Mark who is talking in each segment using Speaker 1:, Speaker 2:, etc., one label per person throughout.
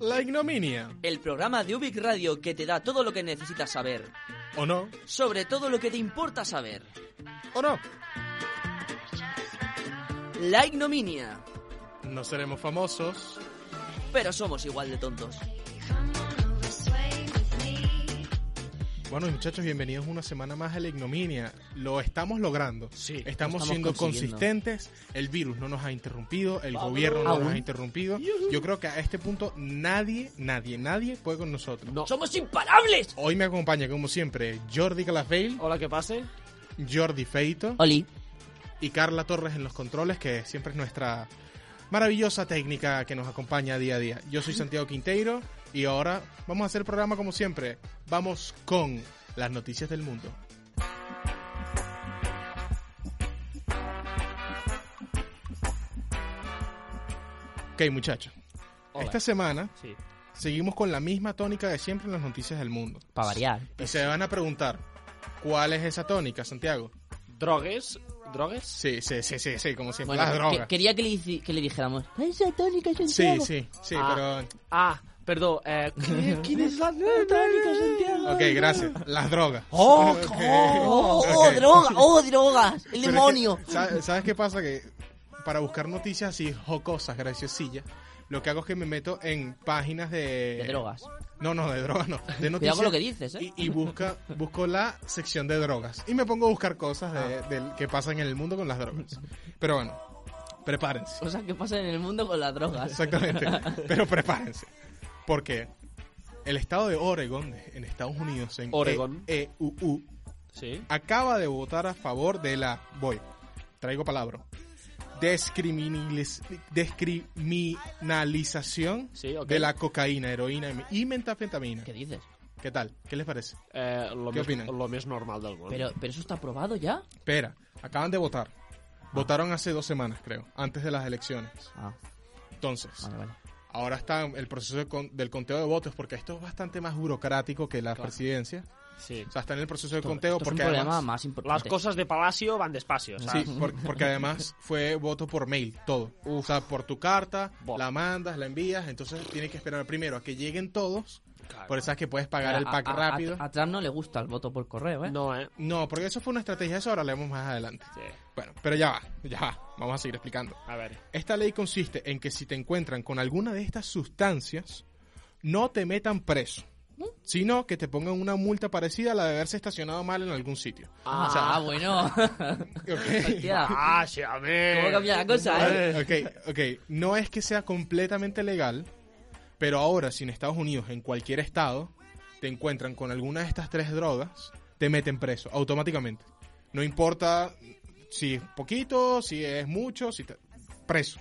Speaker 1: La ignominia.
Speaker 2: El programa de Ubic Radio que te da todo lo que necesitas saber,
Speaker 1: ¿O no?
Speaker 2: sobre todo lo que te importa saber.
Speaker 1: ¿O no?
Speaker 2: La ignominia.
Speaker 1: No seremos famosos.
Speaker 2: Pero somos igual de tontos.
Speaker 1: Bueno, muchachos, bienvenidos una semana más a la ignominia. Lo estamos logrando.
Speaker 2: Sí, lo
Speaker 1: Estamos,
Speaker 2: estamos
Speaker 1: siendo
Speaker 2: consiguiendo.
Speaker 1: consistentes. El virus no nos ha interrumpido. El gobierno no nos
Speaker 2: Aún.
Speaker 1: ha interrumpido. Yo creo que a este punto nadie, nadie, nadie puede con nosotros.
Speaker 2: ¡Somos imparables!
Speaker 1: Hoy me acompaña, como siempre, Jordi Calafell,
Speaker 3: Hola, ¿qué pase?
Speaker 1: Jordi Feito
Speaker 2: Oli.
Speaker 1: y Carla Torres en los controles, que siempre es nuestra maravillosa técnica que nos acompaña día a día. Yo soy Santiago Quinteiro y ahora vamos a hacer el programa como siempre. Vamos con las noticias del mundo. Ok, muchachos.
Speaker 3: Hola.
Speaker 1: Esta semana
Speaker 3: Sí.
Speaker 1: seguimos con la misma tónica de siempre en las noticias del mundo.
Speaker 2: Para variar.
Speaker 1: Y se van a preguntar, ¿cuál es esa tónica, Santiago?
Speaker 3: ¿Drogues? ¿Drogues?
Speaker 1: Sí, sí, sí, sí, sí, como siempre. las drogas.
Speaker 2: quería que le, dijéramos.
Speaker 1: Sí, sí, sí,
Speaker 3: Ah.
Speaker 1: pero...
Speaker 3: Ah, perdón. Eh, ¿Quién es la tónica, Santiago?
Speaker 1: Ok, gracias. Las drogas.
Speaker 2: ¡Oh,
Speaker 1: Ok,
Speaker 2: oh,
Speaker 1: ok.
Speaker 2: oh, droga! ¡Oh, drogas! ¡El
Speaker 1: Pero es que,
Speaker 2: demonio!
Speaker 1: ¿sabes- ¿Sabes qué pasa? Que para buscar noticias así jocosas, graciosillas, lo que hago es que me meto en páginas de...
Speaker 2: De drogas.
Speaker 1: No, no, de drogas no. De noticias.
Speaker 2: Cuidado con lo que dices, ¿eh?
Speaker 1: Y, y busca, busco la sección de drogas. Y me pongo a buscar cosas de,
Speaker 2: Ah.
Speaker 1: del- que pasan en el mundo con las drogas. Pero bueno, prepárense.
Speaker 2: Cosas que pasan en el mundo con las drogas.
Speaker 1: Exactamente. Pero prepárense. Porque el estado de Oregon, en Estados Unidos, en E-,
Speaker 3: Oregon.
Speaker 1: EUU,
Speaker 3: Sí.
Speaker 1: acaba de votar a favor de la. Voy, traigo palabra. descriminaliz- Descriminalización
Speaker 3: Sí, ok.
Speaker 1: de la cocaína, heroína y metanfetamina.
Speaker 2: ¿Qué dices?
Speaker 1: ¿Qué tal? ¿Qué les parece?
Speaker 3: Eh, lo
Speaker 1: ¿Qué
Speaker 3: més-
Speaker 1: opinan?
Speaker 3: Lo más normal del món.
Speaker 2: Pero, pero eso está aprobado ya.
Speaker 1: Espera, acaban de votar. Votaron hace dos semanas, creo, antes de las elecciones.
Speaker 2: Ah,
Speaker 1: Entonces,
Speaker 2: vale, vale.
Speaker 1: Ahora está el proceso de con- del conteo de votos, porque esto es bastante más burocrático que la presidencia.
Speaker 3: Sí.
Speaker 1: O sea, está en el proceso de
Speaker 2: Esto-
Speaker 1: conteo
Speaker 2: esto es un
Speaker 1: porque
Speaker 2: problema
Speaker 1: además,
Speaker 2: más
Speaker 3: Las
Speaker 2: importante.
Speaker 3: cosas de Palacio van despacio,
Speaker 1: sí,
Speaker 3: ¿sabes?
Speaker 1: por- porque además fue voto por mail, todo. O sea, por tu carta,
Speaker 3: Buah.
Speaker 1: la mandas, la envías, entonces tienes que esperar primero a que lleguen todos.
Speaker 3: Claro.
Speaker 1: Por eso es que puedes pagar el
Speaker 2: A-
Speaker 1: pack
Speaker 2: a- a-
Speaker 1: rápido.
Speaker 2: A, Trump no le gusta el voto por correo, ¿eh?
Speaker 3: No, eh.
Speaker 1: No, porque eso fue una estrategia, eso ahora leemos más adelante.
Speaker 3: Sí.
Speaker 1: Bueno, pero ya va, ya va, vamos a seguir explicando.
Speaker 3: A ver.
Speaker 1: Esta ley consiste en que si te encuentran con alguna de estas sustancias, no te metan preso,
Speaker 2: ¿Mm?
Speaker 1: sino que te pongan una multa parecida a la de haberse estacionado mal en algún sitio.
Speaker 2: Ah,
Speaker 1: O sea,
Speaker 2: bueno.
Speaker 1: ok.
Speaker 2: Hostia,
Speaker 3: Ah, sí, a ver.
Speaker 2: ¿Cómo cambia la cosa, eh?
Speaker 1: Ok, ok. No es que sea completamente legal, pero ahora si en Estados Unidos, en cualquier estado, te encuentran con alguna de estas tres drogas, te meten preso automáticamente. No importa si es poquito, si es mucho, si te... preso.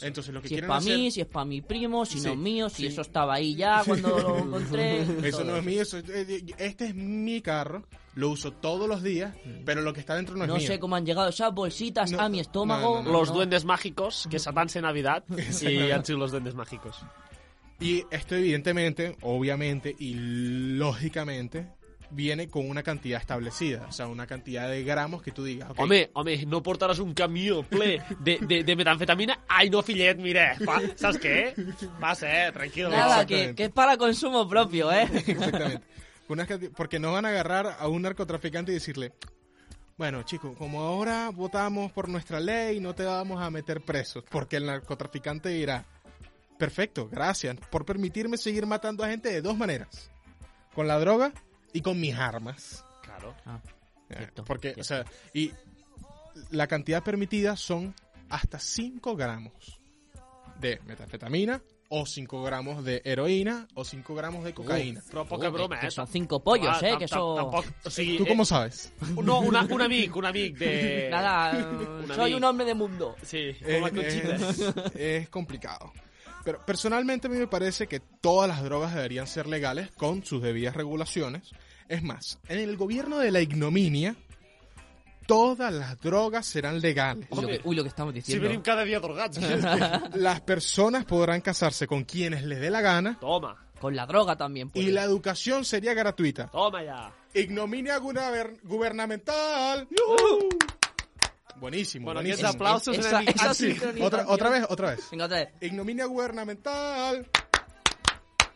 Speaker 1: Entonces lo que
Speaker 2: Si es
Speaker 1: quieren
Speaker 2: para
Speaker 1: hacer-
Speaker 2: mí, si es para mi primo, si no
Speaker 1: Sí,
Speaker 2: es mío, si
Speaker 1: sí.
Speaker 2: eso estaba ahí ya cuando lo encontré.
Speaker 1: Eso
Speaker 2: todo.
Speaker 1: no es mío, eso- eh, este es mi carro, lo uso todos los días, pero lo que está dentro no es
Speaker 2: Mm. No
Speaker 1: mío.
Speaker 2: sé cómo han llegado esas bolsitas
Speaker 1: No,
Speaker 2: a mi estómago.
Speaker 1: no, no, no.
Speaker 3: Los
Speaker 2: No.
Speaker 3: duendes mágicos que Satán en Navidad y han sido los duendes mágicos.
Speaker 1: Y esto evidentemente, obviamente y lógicamente viene con una cantidad establecida, o sea, una cantidad de gramos que tú digas. ok,
Speaker 3: Home, home, no portaràs un camió ple de, de, de metanfetamina? Ai, no, fillet, mira, eh. va, saps què? Va ser, tranquil.
Speaker 2: Nada, que,
Speaker 1: Exactamente.
Speaker 2: que es para consumo propio, ¿eh?
Speaker 1: Exactamente. Una canti- porque no van a agarrar a un narcotraficante y decirle, bueno, chicos, como ahora votamos por nuestra ley, no te vamos a meter presos, porque el narcotraficante dirá, perfecto, gracias por permitirme seguir matando a gente de dos maneras, con la droga y con mis armas.
Speaker 3: Claro.
Speaker 2: Ah,
Speaker 1: Eh,
Speaker 2: Cierto,
Speaker 1: Porque, o sea, y la cantidad permitida son hasta 5 gramos de metanfetamina o 5 gramos de heroína o 5 gramos de cocaïna.
Speaker 3: Però poca
Speaker 2: que-
Speaker 3: broma,
Speaker 2: que
Speaker 3: eh?
Speaker 2: son cinco pollos,
Speaker 3: Ah,
Speaker 2: eh,
Speaker 3: tam-
Speaker 2: que
Speaker 3: tam-
Speaker 2: eso-
Speaker 3: Tampoc, o sigui,
Speaker 1: ¿Tú cómo sabes?
Speaker 3: eh, no, una, un amic, un amic de...
Speaker 2: Nada, eh,
Speaker 3: Un
Speaker 2: soy
Speaker 3: amigo.
Speaker 2: un hombre de mundo.
Speaker 3: Sí,
Speaker 1: Eh,
Speaker 3: com a Conchita.
Speaker 1: es, es complicado. Pero personalmente a mí me parece que todas las drogas deberían ser legales con sus debidas regulaciones. Es más, en el gobierno de la ignominia, todas las drogas serán legales.
Speaker 2: Uy, lo que, uy, lo que estamos
Speaker 3: Si
Speaker 2: diciendo.
Speaker 3: venim cada dia drogats.
Speaker 1: Las personas podrán casarse con quienes les dé la gana
Speaker 3: Toma,
Speaker 2: Con la droga también. pues.
Speaker 1: y la educación sería gratuita.
Speaker 3: toma ja.
Speaker 1: Ignominia gubernaver- gubernamental. Buenísimo,
Speaker 3: Bueno,
Speaker 1: buenísimo.
Speaker 3: aquests aplausos
Speaker 2: Esa-
Speaker 3: una mica...
Speaker 2: esa
Speaker 3: Ah, sí.
Speaker 2: sincronía
Speaker 1: Otra,
Speaker 2: también.
Speaker 1: otra vez, otra vez.
Speaker 2: Venga, otra vez.
Speaker 1: Ignominia gubernamental.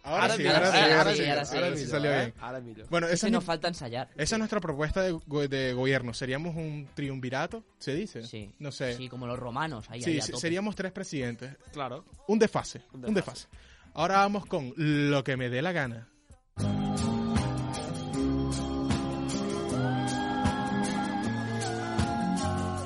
Speaker 1: Ahora,
Speaker 2: Ahora
Speaker 1: sí,
Speaker 2: sí,
Speaker 1: ahora sí,
Speaker 2: ahora
Speaker 1: ahora
Speaker 2: sí,
Speaker 1: sí,
Speaker 2: ahora sí.
Speaker 1: ahora sí salió
Speaker 3: eh?
Speaker 1: bien.
Speaker 4: Ahora millor.
Speaker 1: Bueno, esa
Speaker 2: Se
Speaker 1: es,
Speaker 2: nos
Speaker 1: mi-
Speaker 2: falta ensayar.
Speaker 1: esa es nuestra propuesta de, go- de gobierno. Seríamos un triunvirato, ¿se dice?
Speaker 2: Sí.
Speaker 1: No sé.
Speaker 2: Sí, como los romanos. Ahí,
Speaker 1: Sí,
Speaker 2: ahí, a
Speaker 1: se-
Speaker 2: tope.
Speaker 1: seríamos tres presidentes.
Speaker 3: Claro.
Speaker 1: Un desfase,
Speaker 3: Un
Speaker 1: un desfase. Ahora vamos con lo que me dé la gana.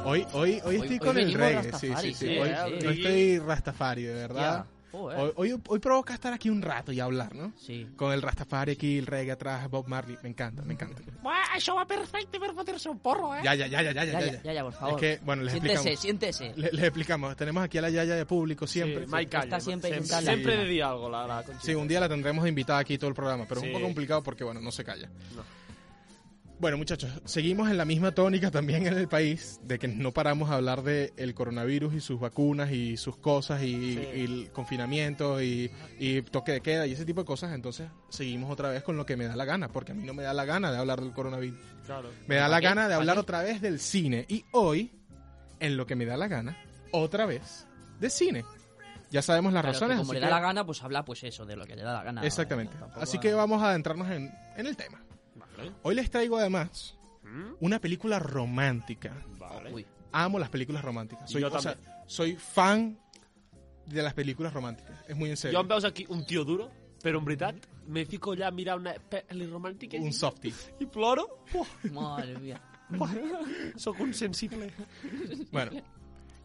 Speaker 1: Hoy, hoy, hoy estoy
Speaker 2: hoy
Speaker 1: con el
Speaker 2: venimos
Speaker 1: reggae, sí, sí,
Speaker 2: Rastafari,
Speaker 1: sí.
Speaker 2: sí,
Speaker 1: Hoy,
Speaker 3: eh,
Speaker 1: no
Speaker 3: sí.
Speaker 1: estoy rastafari, de verdad.
Speaker 2: Hostia, joder.
Speaker 1: Hoy, hoy, hoy provoca estar aquí un rato y hablar, ¿no?
Speaker 2: Sí.
Speaker 1: Con el rastafari aquí, el reggae atrás, Bob Marley. Me encanta, me encanta.
Speaker 3: Buah, això va perfecte per fotre-se un porro, eh?
Speaker 1: Ya, ya, ya, ya, ya, ya,
Speaker 2: Ya,
Speaker 1: ya.
Speaker 2: ya, ya, ya, por favor.
Speaker 1: Es que, bueno, les
Speaker 2: siéntese,
Speaker 1: explicamos.
Speaker 2: siéntese.
Speaker 1: Le- Les explicamos. Tenemos aquí a la Yaya de público siempre.
Speaker 3: Sí, Mike Calle,
Speaker 2: Está siempre
Speaker 3: siempre,
Speaker 2: sin calla.
Speaker 3: siempre de di algo, la, la Conchi.
Speaker 1: Sí, un día la tendremos invitada aquí todo el programa, pero es
Speaker 3: Sí.
Speaker 1: un poco complicado porque, bueno, no se calla.
Speaker 3: No.
Speaker 1: Bueno, muchachos, seguimos en la misma tónica también en el país, de que no paramos a hablar de el coronavirus y sus vacunas y sus cosas y,
Speaker 3: Sí.
Speaker 1: y el confinamiento y, y toque de queda y ese tipo de cosas. Entonces, seguimos otra vez con lo que me da la gana, porque a mí no me da la gana de hablar del coronavirus.
Speaker 3: Claro.
Speaker 1: Me da
Speaker 2: ¿Para
Speaker 1: la
Speaker 2: qué?
Speaker 1: gana de
Speaker 2: ¿Para
Speaker 1: hablar
Speaker 2: qué?
Speaker 1: otra vez del cine. Y hoy, en lo que me da la gana, otra vez, de cine. Ya sabemos las
Speaker 2: Claro,
Speaker 1: razones.
Speaker 2: que como
Speaker 1: así
Speaker 2: le da
Speaker 1: que-
Speaker 2: la gana, pues habla pues eso, de lo que le da la
Speaker 3: Ah,
Speaker 2: gana.
Speaker 1: Exactamente.
Speaker 2: Eh, tampoco-
Speaker 1: Así que vamos a adentrarnos en, en el tema.
Speaker 3: Vale.
Speaker 1: Hoy les traigo además
Speaker 3: Mm,
Speaker 1: una película romántica.
Speaker 3: Vale.
Speaker 2: Uy,
Speaker 1: Amo las películas románticas.
Speaker 3: Y
Speaker 1: Soy,
Speaker 3: yo
Speaker 1: o sea, soy fan de las películas románticas. Es muy en
Speaker 3: Jo
Speaker 1: serio.
Speaker 3: em veus aquí un tio duro, però en veritat me fico allà a mirar una pel·li romàntica
Speaker 1: Un
Speaker 3: i,
Speaker 1: softie.
Speaker 3: i ploro. Uah,
Speaker 2: madre mía.
Speaker 3: sóc un sensible.
Speaker 1: Bueno.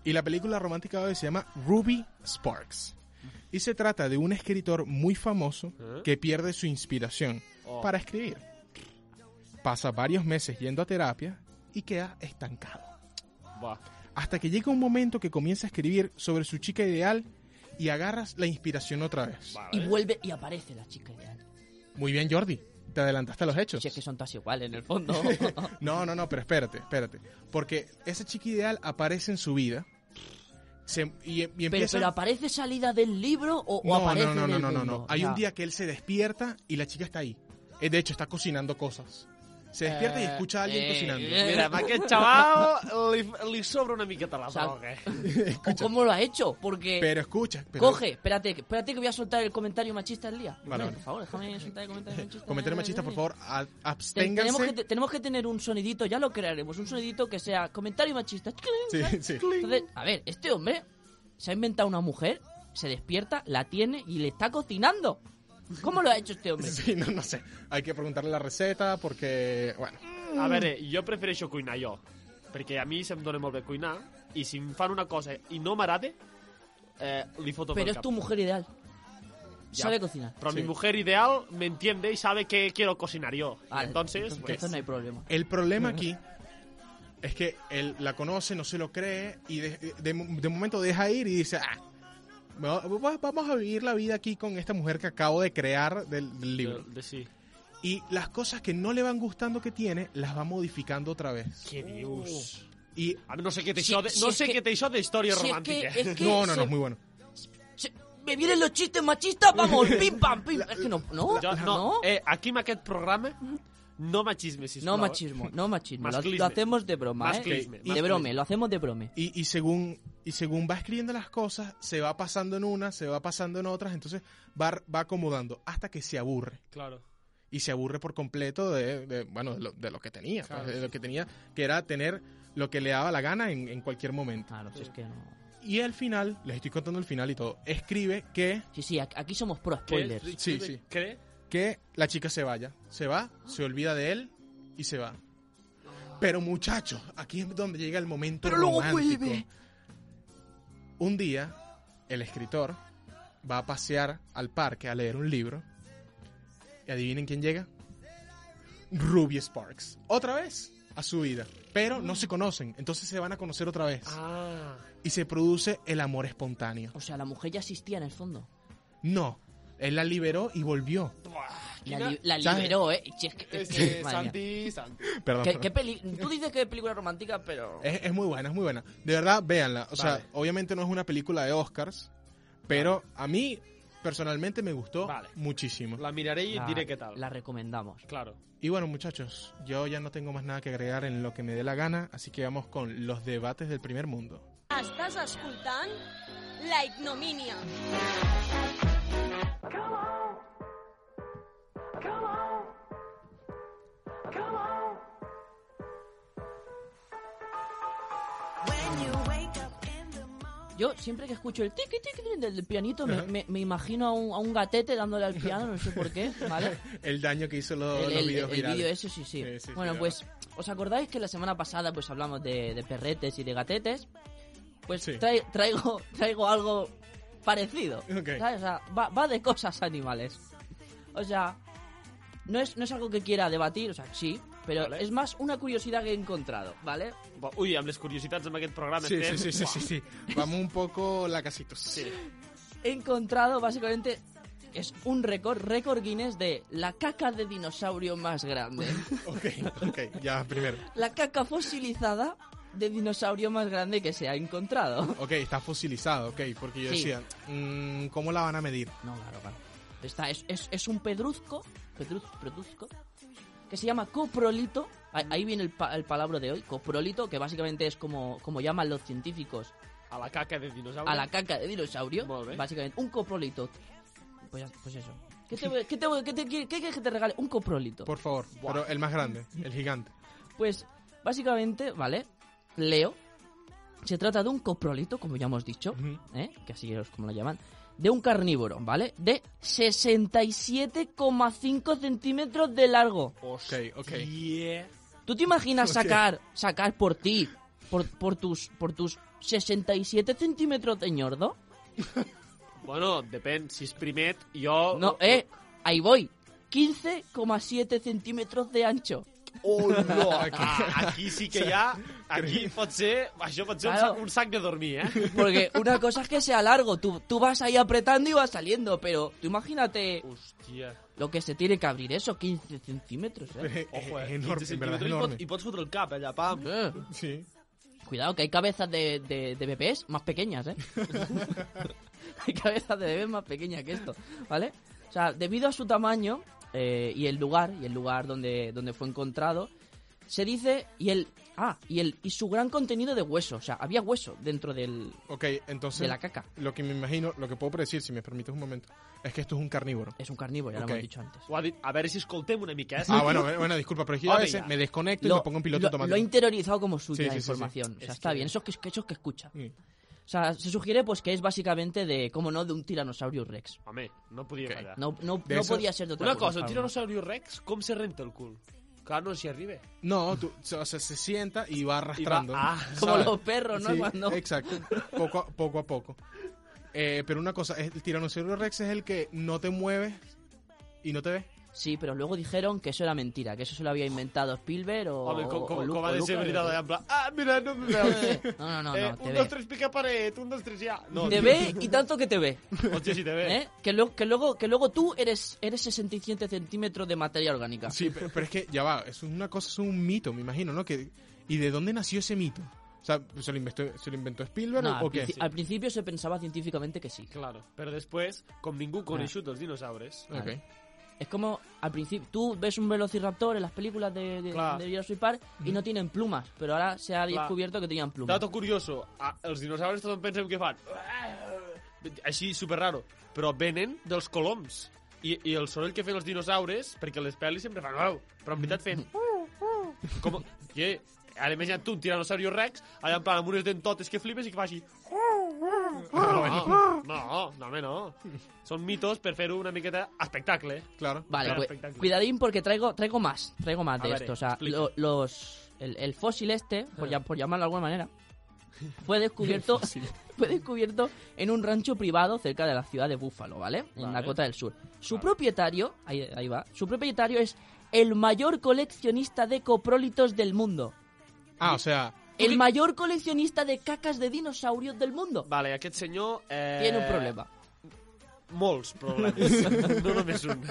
Speaker 1: Y la película romántica de hoy se llama Ruby Sparks. Y se trata de un escritor muy famoso
Speaker 3: ¿Eh?
Speaker 1: que pierde su inspiración
Speaker 3: Oh.
Speaker 1: para escribir. Pasa varios meses yendo a terapia y queda estancado.
Speaker 3: Va.
Speaker 1: hasta que llega un momento que comienza a escribir sobre su chica ideal y agarras la inspiración otra vez.
Speaker 2: Y
Speaker 3: Vale.
Speaker 2: vuelve y aparece la chica ideal.
Speaker 1: Muy bien, Jordi. Te adelantaste a los hechos.
Speaker 2: Si es que son todas iguales en el fondo.
Speaker 1: No, no, no, pero espérate, espérate. Porque esa chica ideal aparece en su vida se- y, y
Speaker 2: Pero,
Speaker 1: empieza...
Speaker 2: pero aparece salida del libro o, o
Speaker 1: no,
Speaker 2: aparece
Speaker 1: no, no,
Speaker 2: en
Speaker 1: no,
Speaker 2: el
Speaker 1: no, no,
Speaker 2: mundo?
Speaker 1: no. Hay
Speaker 2: Ya.
Speaker 1: un día que él se despierta y la chica está ahí. Eh, De hecho, está cocinando cosas. Se despierta y
Speaker 2: Eh,
Speaker 1: escucha a alguien
Speaker 2: eh,
Speaker 1: cocinando.
Speaker 2: eh.
Speaker 3: Mira, amb aquest xaval li, li sobra una miqueta la
Speaker 2: Sal-
Speaker 3: droga. eh.
Speaker 2: ¿O ¿Cómo lo ha hecho? Porque
Speaker 1: Pero escucha. pero-
Speaker 2: coge, espérate, que- espérate que voy a soltar el comentario machista del día.
Speaker 1: Vale, vale.
Speaker 2: Por favor, déjame soltar el comentario machista.
Speaker 1: Comentario machista, por favor, a-
Speaker 2: Te-
Speaker 1: absténganse.
Speaker 2: tenemos, que, te- tenemos que tener un sonidito, ya lo crearemos, un sonidito que sea comentario machista.
Speaker 1: Sí, sí.
Speaker 2: Entonces, a ver, este hombre se ha inventado una mujer, se despierta, la tiene y le está cocinando. ¿Cómo lo ha hecho este hombre?
Speaker 1: Sí, no, no sé. Hay que preguntarle la receta porque, bueno,
Speaker 3: A veure, jo prefereixo cuinar jo, perquè a mi se'm dona molt bé cuinar, i si em fan una cosa i no m'agrada, eh, li foto
Speaker 2: Pero
Speaker 3: pel
Speaker 2: es
Speaker 3: cap.
Speaker 2: tu mujer ideal.
Speaker 3: Ya.
Speaker 2: Sabe cocinar.
Speaker 3: Pero
Speaker 1: Sí.
Speaker 3: mi mujer ideal me entiende y sabe que quiero cocinar yo.
Speaker 2: Vale, Em
Speaker 3: entonces, pues,
Speaker 2: entonces no hay problema.
Speaker 1: el problema aquí es que él la conoce, no se lo cree y de, de- de momento deja ir y dice, ah, me va- va- vamos a vivir la vida aquí con esta mujer que acabo de crear del, del libro.
Speaker 3: de- de sí.
Speaker 1: Y las cosas que no le van gustando que tiene, las va modificando otra vez.
Speaker 3: Qué dios.
Speaker 1: Y
Speaker 3: A mi no sé qué te
Speaker 2: Si-
Speaker 3: hizo de,
Speaker 2: si
Speaker 3: no
Speaker 2: Uh. es
Speaker 3: sé
Speaker 2: que-
Speaker 3: qué te hizo de historia
Speaker 2: Si es que,
Speaker 3: romántica.
Speaker 2: es que
Speaker 1: no, no,
Speaker 2: se-
Speaker 1: no, es muy bueno.
Speaker 2: se- me vienen los chistes machistas, vamos, pim pam pim. es que no, no,
Speaker 3: Jo-
Speaker 2: no,
Speaker 3: no, eh, aquí en aquest programa no machisme, sisplau.
Speaker 2: no machismo, no machismo. Lo,
Speaker 3: Masclisme.
Speaker 2: lo hacemos de broma, ¿eh?
Speaker 3: Masclisme,
Speaker 2: De
Speaker 3: masclisme.
Speaker 2: brome, lo hacemos de brome.
Speaker 1: Y, y según y según va escribiendo las cosas, se va pasando en una, se va pasando en otras, entonces va, va acomodando hasta que se aburre.
Speaker 3: Claro.
Speaker 1: y se aburre por completo de, de, bueno de lo, de lo que tenía pues,
Speaker 3: Claro.
Speaker 1: de lo que tenía que era tener lo que le daba la gana en, en cualquier momento
Speaker 2: Claro, si es que no.
Speaker 1: y al final les estoy contando el final y todo escribe que
Speaker 2: Sí, sí, aquí aquí somos pro spoilers.
Speaker 3: ¿Qué?
Speaker 1: Sí, sí.
Speaker 3: ¿Qué?
Speaker 1: que la chica se vaya se va se olvida de él y se va pero muchachos aquí es donde llega el momento
Speaker 2: Pero luego
Speaker 1: romántico.
Speaker 2: vuelve.
Speaker 1: un día el escritor va a pasear al parque a leer un libro y adivinen quién llega Ruby Sparks. Otra vez a su vida. Pero no se conocen, entonces se van a conocer otra vez.
Speaker 3: Ah,
Speaker 1: Y se produce el amor espontáneo.
Speaker 2: O sea, la mujer ya existía en el fondo.
Speaker 1: No, él la liberó y volvió.
Speaker 2: La,
Speaker 3: Quina-
Speaker 2: li- la
Speaker 1: ¿Sabes?
Speaker 2: liberó, ¿eh? Si es que- es que- madre mía.
Speaker 3: Santi, Santi.
Speaker 1: Perdón.
Speaker 2: ¿Qué- qué peli- Tú dices que es película romántica, pero...
Speaker 1: Es, es muy buena, es muy buena. De verdad, véanla. O sea,
Speaker 3: Vale.
Speaker 1: obviamente no es una película de Oscars, pero a mí personalmente me gustó
Speaker 3: Vale.
Speaker 1: muchísimo.
Speaker 3: La miraré y
Speaker 2: la-
Speaker 3: diré qué tal.
Speaker 2: La recomendamos.
Speaker 3: Claro.
Speaker 1: Y bueno, muchachos, yo ya no tengo más nada que agregar en lo que me dé la gana, así que vamos con los debates del primer mundo.
Speaker 5: Estàs escoltant La Ignomínia.
Speaker 2: Yo siempre que escucho el tiqui tiqui tiqui del pianito me,
Speaker 1: Ajá.
Speaker 2: me- me imagino a un, a un gatete dándole al piano, no sé por qué, ¿vale?
Speaker 1: El daño que hizo los,
Speaker 2: El,
Speaker 1: los
Speaker 2: el-
Speaker 1: videos
Speaker 2: el
Speaker 1: virales.
Speaker 2: vídeo ese sí, sí.
Speaker 1: Sí, sí,
Speaker 2: bueno,
Speaker 1: sí,
Speaker 2: pues, ¿os acordáis que la semana pasada pues hablamos de, de perretes y de gatetes? Pues
Speaker 1: Sí.
Speaker 2: trai- traigo, traigo algo parecido.
Speaker 1: Ok.
Speaker 2: ¿sabes? O sea, va, va de cosas animales. O sea, no es, no es algo que quiera debatir, o sea, sí, pero
Speaker 3: Vale.
Speaker 2: es más una curiosidad que he encontrado, ¿vale?
Speaker 3: Bo, Ui, amb les curiositats d'aquest programa
Speaker 1: Sí,
Speaker 3: estem...
Speaker 1: sí, sí, sí, sí, sí. Vamos un poco lacasitos.
Speaker 3: Sí.
Speaker 2: He encontrado básicamente que es un récord, récord Guinness de la caca de dinosaurio más grande.
Speaker 1: Ok, ok, ya primero.
Speaker 2: la caca fosilizada de dinosaurio más grande que se ha encontrado.
Speaker 1: Ok, está fosilizado, ok, porque yo
Speaker 2: Sí.
Speaker 1: decía, mm, ¿cómo la van a medir?
Speaker 2: No, claro, claro. Está, es, es, es un pedruzco, pedruz, pedruzco, que se llama coprolito. Ahí, ahí viene el, pa- el palabra de hoy, coprolito, que básicamente es como, como llaman los científicos
Speaker 3: A la caca de dinosaure.
Speaker 2: a la caca de dinosaurio.
Speaker 3: Molt bé.
Speaker 2: Básicamente, un coprolito. Pues, ya- pues eso. ¿Qué, te, voy- qué, te, voy- qué, te, qué, quieres que te regale? Un coprolito.
Speaker 1: Por favor,
Speaker 3: Buah.
Speaker 1: pero el más grande, el gigante.
Speaker 2: Pues básicamente, ¿vale? Leo. Se trata de un coprolito, como ya hemos dicho,
Speaker 1: Ujú.
Speaker 2: ¿eh? que así es como lo llaman, de un carnívoro, ¿vale? De 67,5 centímetros de largo.
Speaker 3: Hòstia.
Speaker 1: Ok, ok.
Speaker 2: ¿Tú te imaginas
Speaker 1: Ok.
Speaker 2: sacar, sacar por ti, por, por, tus, por tus 67 centímetros de ñordo?
Speaker 3: Bueno, depèn. Si és primet,
Speaker 1: Oh,
Speaker 3: jo...
Speaker 2: No, eh, ahí voy. 15,7 centímetros de ancho.
Speaker 3: Oh, no. Ah, aquí sí que hi ha... Aquí pot ser... Això pot ser un
Speaker 2: Claro.
Speaker 3: sac, un sac de dormir, eh?
Speaker 2: Porque una cosa es que sea largo, tú, tú vas ahí apretando y vas saliendo, pero tú imagínate
Speaker 3: Hòstia.
Speaker 2: lo que se tiene que abrir eso, 15 centímetros, ¿eh?
Speaker 3: Ojo, eh?
Speaker 1: es enorme,
Speaker 3: 15
Speaker 1: en verdad, es
Speaker 3: centímetres. I,
Speaker 1: enorme.
Speaker 3: pot, I pots fotre el cap allà, pam.
Speaker 2: Eh,
Speaker 1: Sí.
Speaker 2: Cuidado, que hay cabezas de, de, de bebés más pequeñas, ¿eh? hay cabezas de bebés más pequeñas que esto, ¿vale? O sea, debido a su tamaño eh, y el lugar, y el lugar donde, donde fue encontrado, se dice, y el... Ah, y, el, y su gran contenido de hueso, o sea, había hueso dentro del,
Speaker 1: Ok, entonces,
Speaker 2: de la caca.
Speaker 1: lo que me imagino, lo que puedo predecir, si me permites un momento, es que esto es un carnívoro.
Speaker 2: Es un carnívoro, ya
Speaker 1: Ok.
Speaker 2: lo hemos dicho antes.
Speaker 3: Ho ha dit. A veure si escoltem una mica, eh?
Speaker 1: Ah, bueno, bueno, bueno, disculpa, pero es que yo a
Speaker 3: Oiga.
Speaker 1: veces me desconecto y me pongo en piloto
Speaker 2: lo-
Speaker 1: automático.
Speaker 2: lo ha interiorizado como
Speaker 1: Sí,
Speaker 2: suya
Speaker 1: sí,
Speaker 2: la
Speaker 1: sí, sí.
Speaker 2: información. O sea,
Speaker 3: Es
Speaker 2: está
Speaker 3: que-
Speaker 2: bien. Esos que, que esos que escucha.
Speaker 1: Sí.
Speaker 2: O sea, se sugiere pues que es básicamente de, como no, de un tiranosaurio rex.
Speaker 3: Home, no podia
Speaker 1: Ok.
Speaker 3: fallar.
Speaker 2: No, no,
Speaker 1: De
Speaker 2: no
Speaker 1: eso-
Speaker 2: podía ser de otra
Speaker 3: Una cosa, el
Speaker 2: Pablo.
Speaker 3: tiranosaurio rex, com se renta el cul? Clar, no s'hi arriba.
Speaker 1: No, tú, o sea, se sienta y va arrastrando.
Speaker 3: ah,
Speaker 2: Como
Speaker 1: ¿sabes?
Speaker 2: los perros, ¿no?
Speaker 1: Sí,
Speaker 2: Cuando-
Speaker 1: Exacto, poco a poco. A poco. Eh, pero una cosa, el tiranosaurio rex es el que no te mueves y no te ve.
Speaker 2: Sí, pero luego dijeron que eso era mentira, que eso se lo había inventado Spielberg o.
Speaker 3: Home, com,
Speaker 2: o-
Speaker 3: com,
Speaker 2: o Lu-
Speaker 3: com ha de
Speaker 2: o
Speaker 3: ser
Speaker 2: Lucas.
Speaker 3: veritat allà, en plan, ah, mira, no em veus.
Speaker 2: Eh, No, no, no,
Speaker 3: eh,
Speaker 2: no, te
Speaker 3: un, dos,
Speaker 2: ve.
Speaker 3: tres, pica paret, un, dos, tres, ja. No,
Speaker 2: Te
Speaker 3: tio.
Speaker 2: ve y tanto que te ve.
Speaker 3: Hòstia, sí, te ve.
Speaker 2: ¿eh? Que, lo- que luego, que luego tú eres, eres 67 centímetros de materia orgánica.
Speaker 1: Sí, pe- pero, es que ya va, es una cosa, es un mito, me imagino, ¿no? Que, ¿Y de dónde nació ese mito? O sea, ¿se lo inventó, se lo inventó Spielberg
Speaker 2: No, al,
Speaker 1: o qué?
Speaker 2: princi- al principio se pensaba científicamente que sí.
Speaker 3: Claro, però després, com ningú
Speaker 2: Ah.
Speaker 3: coneixut els dinosaures,
Speaker 1: Ok.
Speaker 2: Vale. Es como al principio, tú ves un velociraptor en las películas de, de,
Speaker 3: Claro.
Speaker 2: de Jurassic Park y no tienen plumas, pero ahora se ha
Speaker 3: Claro.
Speaker 2: descubierto que tenían plumas.
Speaker 3: dato curioso, a, els dinosaures tothom pensa que fan així super raro, però venen dels coloms. I, i el soroll que fan els dinosaures, perquè les pel·lis sempre fan uau, però en veritat fent
Speaker 2: Mm,
Speaker 3: com, que, ara imagina't tu un tiranosaurio rex, allà en plan amb unes dentotes que flipes i que fa així
Speaker 2: Mm,
Speaker 3: no, no, no, home, no són mitos per fer-ho una miqueta espectacle
Speaker 1: Claro.
Speaker 2: Vale,
Speaker 3: Claro,
Speaker 2: pues,
Speaker 3: espectacular.
Speaker 2: cuidadín porque traigo, traigo más, traigo más
Speaker 3: A
Speaker 2: de
Speaker 3: ver,
Speaker 2: esto. O sea,
Speaker 3: explica. Eh.
Speaker 2: lo- los, el, el fósil este, por, llam- por llamarlo de alguna manera, fue descubierto, fue descubierto en un rancho privado cerca de la ciudad de Búfalo, ¿vale? En
Speaker 3: Vale.
Speaker 2: Dakota del Sur. Su
Speaker 3: Vale.
Speaker 2: propietario, ahí, ahí va, su propietario es el mayor coleccionista de coprólitos del mundo.
Speaker 1: Ah, o sea,
Speaker 2: El mayor coleccionista de cacas de dinosaurios del mundo.
Speaker 3: vale, aquest senyor eh,
Speaker 2: Tiene un problema.
Speaker 3: molts problemes no només un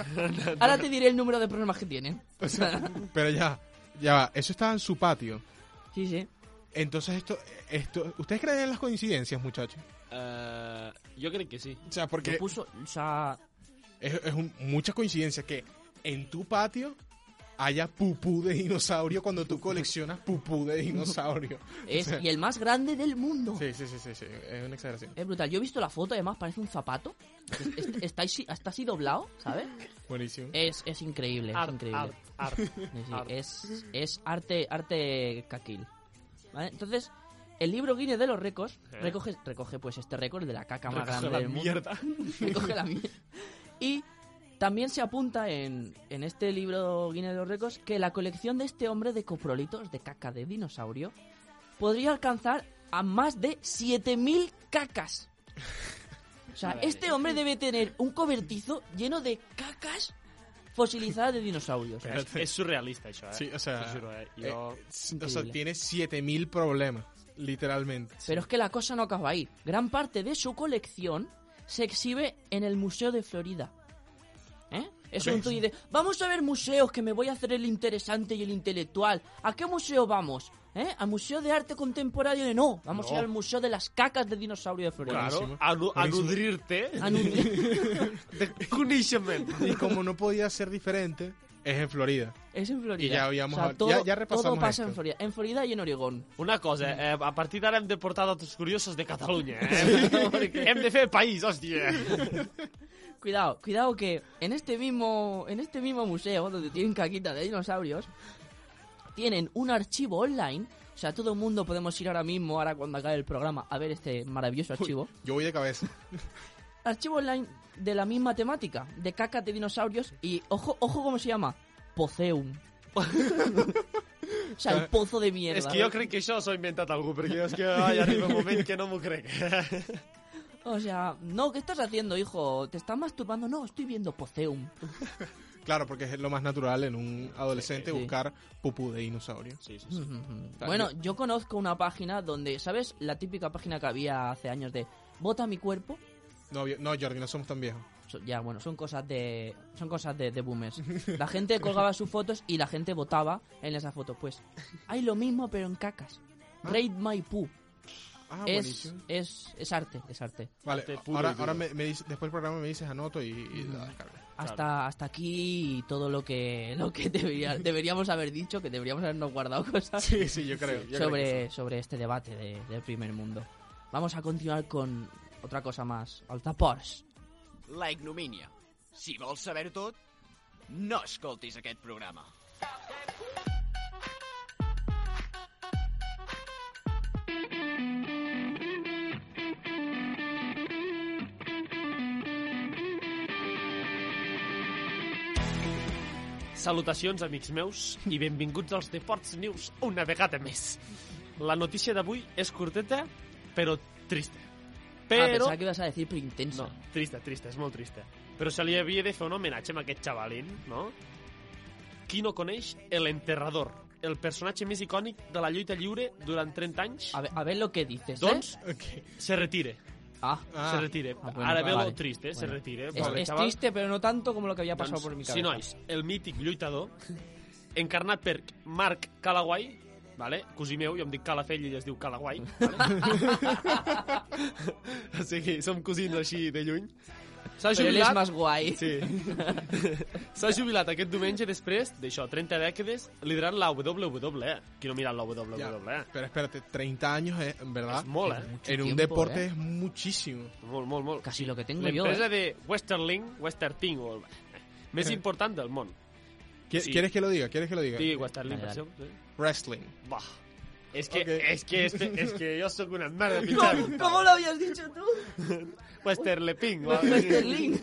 Speaker 2: Ahora te diré el número de problemas que tiene.
Speaker 1: o sea, pero ya, ya va, eso estaba en su patio.
Speaker 2: Sí, sí.
Speaker 1: Entonces esto, esto, ¿ustedes creen en las coincidencias, muchachos?
Speaker 3: Eh, jo crec que sí
Speaker 1: O sea, porque
Speaker 2: Lo puso, o sea,
Speaker 1: es, es un- mucha coincidencia que en tu patio haya pupú de dinosaurio cuando tú coleccionas pupú de dinosaurio.
Speaker 2: es y el más grande del mundo.
Speaker 1: Sí, sí, sí, sí, sí, es una exageración.
Speaker 2: Es brutal. Yo he visto la foto, además parece un zapato. Es- es- Está, así- está así doblado, ¿sabes?
Speaker 1: Buenísimo.
Speaker 2: Es, es increíble, es
Speaker 3: art,
Speaker 2: increíble.
Speaker 3: art, art.
Speaker 2: Sí, sí,
Speaker 3: art.
Speaker 2: Es, es arte, arte caquil. ¿Vale? Entonces, El libro Guinness de los récords
Speaker 3: Eh.
Speaker 2: recoge, recoge pues este récord de la caca más
Speaker 3: Recoge
Speaker 2: grande
Speaker 3: la
Speaker 2: del mundo.
Speaker 3: mierda.
Speaker 2: Recoge la mierda. Y también se apunta en, en este libro Guinness de los récords que la colección de este hombre de coprolitos de caca de dinosaurio podría alcanzar a más de 7000 cacas. O sea,
Speaker 4: Madre.
Speaker 2: este hombre debe tener un cobertizo lleno de cacas fosilizadas de dinosaurios.
Speaker 3: És, és surrealista, això, eh?
Speaker 1: Sí, o sea,
Speaker 3: T'ho juro, eh? Jo...
Speaker 1: eh, o sea,
Speaker 2: Increíble.
Speaker 1: tiene 7000 problemas, literalmente.
Speaker 2: Pero es que la cosa no acaba ahí. Gran parte de su colección se exhibe en el Museo de Florida. ¿Eh? Es un tuit de, vamos a ver museos que me voy a hacer el interesante y el intelectual. ¿A qué museo vamos? ¿Eh? ¿Al Museo de Arte Contemporáneo? de No, vamos a ir al Museo de las cacas de dinosaurio de Florida. Ah,
Speaker 3: Claro,
Speaker 1: Buenísimo.
Speaker 3: a, nu- a
Speaker 1: Buenísimo.
Speaker 3: nodrir-te
Speaker 2: A nutrir-
Speaker 3: de coneixement.
Speaker 1: Y como no podía ser diferente, es en Florida.
Speaker 2: es en Florida.
Speaker 1: Y ya habíamos
Speaker 2: O sea,
Speaker 1: hab-
Speaker 2: todo,
Speaker 1: ya- ya repasamos
Speaker 2: todo
Speaker 1: esto.
Speaker 2: pasa en Florida. En Florida y en Oregón.
Speaker 3: Una cosa, eh, a partir d'ara hem de portar datos curiosos de Catalunya, eh? Perquè hem de fer país, hòstia.
Speaker 2: Cuidado, cuidado que en este mismo en este mismo museo donde tienen caquita de dinosaurios tienen un archivo online, o sea, todo el mundo podemos ir ahora mismo, ahora cuando acabe el programa, a ver este maravilloso archivo.
Speaker 1: Yo voy de cabeza.
Speaker 2: Archivo online de la misma temática, de cacas de dinosaurios y ojo, ojo cómo se llama, Poceum. o sea, el pozo de mierda.
Speaker 3: És que jo crec que això s'ho ha inventat algú, perquè és que ai, arriba un moment que no m'ho crec.
Speaker 2: O sea, no, ¿qué estás haciendo, hijo? ¿Te estás masturbando? No, estoy viendo Poceum.
Speaker 1: Claro, porque es lo más natural en un adolescente
Speaker 2: Sí.
Speaker 1: buscar pupú de dinosaurio.
Speaker 3: Sí, sí, sí.
Speaker 2: Bueno, yo conozco una página donde, ¿sabes? La típica página que había hace años de vota mi cuerpo.
Speaker 1: No, vi- no, Jordi, no somos tan viejos.
Speaker 2: So- Ya, bueno, son cosas de. Son cosas de, de boomers. La gente colgaba sus fotos y la gente votaba en esas fotos. Pues hay lo mismo, pero en cacas. Raid My Poo.
Speaker 1: Ah,
Speaker 2: es,
Speaker 1: buenísimo.
Speaker 2: es, es arte, es arte.
Speaker 1: Vale,
Speaker 3: Arte puro y
Speaker 1: ahora,
Speaker 3: duro.
Speaker 1: ahora me, me dice- después del programa me dices anoto y, y la descargo.
Speaker 2: Hasta, hasta aquí todo lo que, lo que debería- deberíamos haber dicho, que deberíamos habernos guardado cosas.
Speaker 1: Sí, sí, yo creo. yo creo que
Speaker 2: sobre, sobre este debate de- del primer mundo. Vamos a continuar con otra cosa más. Ah, Els deports.
Speaker 4: La ignomínia. Si vols saber-ho tot, no escoltis aquest programa.
Speaker 3: Salutacions, amics meus, i benvinguts als Deports News una vegada més. La notícia d'avui és curteta, però trista.
Speaker 2: Ah,
Speaker 3: Però...
Speaker 2: pensaba que ibas a decir pero intenso.
Speaker 3: No, trista, trista, és molt trista. Però se li havia de fer un homenatge a aquest xavalín, no? Qui no coneix El Enterrador, el personatge més icònic de la lluita lliure durant 30 anys,
Speaker 2: A, ver, a ver lo que dices. ¿eh?
Speaker 3: doncs
Speaker 1: sí. Ok.
Speaker 3: se retire,
Speaker 2: Ah,
Speaker 1: Ah,
Speaker 3: se retire.
Speaker 2: ah, bueno,
Speaker 3: Ara veu
Speaker 2: vale.
Speaker 3: lo trist, eh? Se
Speaker 2: Bueno.
Speaker 3: retire.
Speaker 2: es,
Speaker 3: pobre
Speaker 2: es
Speaker 3: xaval.
Speaker 2: triste, pero no tanto como lo que había pasado
Speaker 3: Doncs,
Speaker 2: por mi
Speaker 3: Sí,
Speaker 2: cabeza.
Speaker 3: nois, el mític lluitador, encarnat per Marc Calaguai, vale? cosí meu, jo em dic Calafell i ell es diu Calaguai. Vale? o sigui, som cosins així de lluny. S'ha
Speaker 2: Pero él es más guay.
Speaker 3: Sí. S'ha jubilat aquest diumenge després d'això, 30 dècades, liderant la WWE. Qui no ha mirat la WWE?
Speaker 1: Ya, Pero espérate, 30 años, eh, en verdad,
Speaker 3: És molt, eh?
Speaker 2: Mucho
Speaker 1: en un
Speaker 2: tiempo,
Speaker 1: deporte
Speaker 2: ¿eh?
Speaker 1: es muchísimo.
Speaker 3: Molt, molt, molt.
Speaker 2: Casi lo que tengo yo.
Speaker 3: L'empresa
Speaker 2: ¿eh?
Speaker 3: de Westerling, Westerling, o el... més important del món.
Speaker 1: ¿Qui-
Speaker 3: Sí.
Speaker 1: ¿Quieres que lo diga? ¿Quieres que lo diga?
Speaker 3: Digui Westerling, per
Speaker 2: Dale,
Speaker 3: exemple.
Speaker 1: Wrestling.
Speaker 3: Bah. És que,
Speaker 1: Ok.
Speaker 3: és que, és que, és que jo sóc una merda
Speaker 2: ¿Cómo,
Speaker 3: pitjant.
Speaker 2: cómo lo habías dicho tú?
Speaker 3: Westerling.
Speaker 2: Westerling.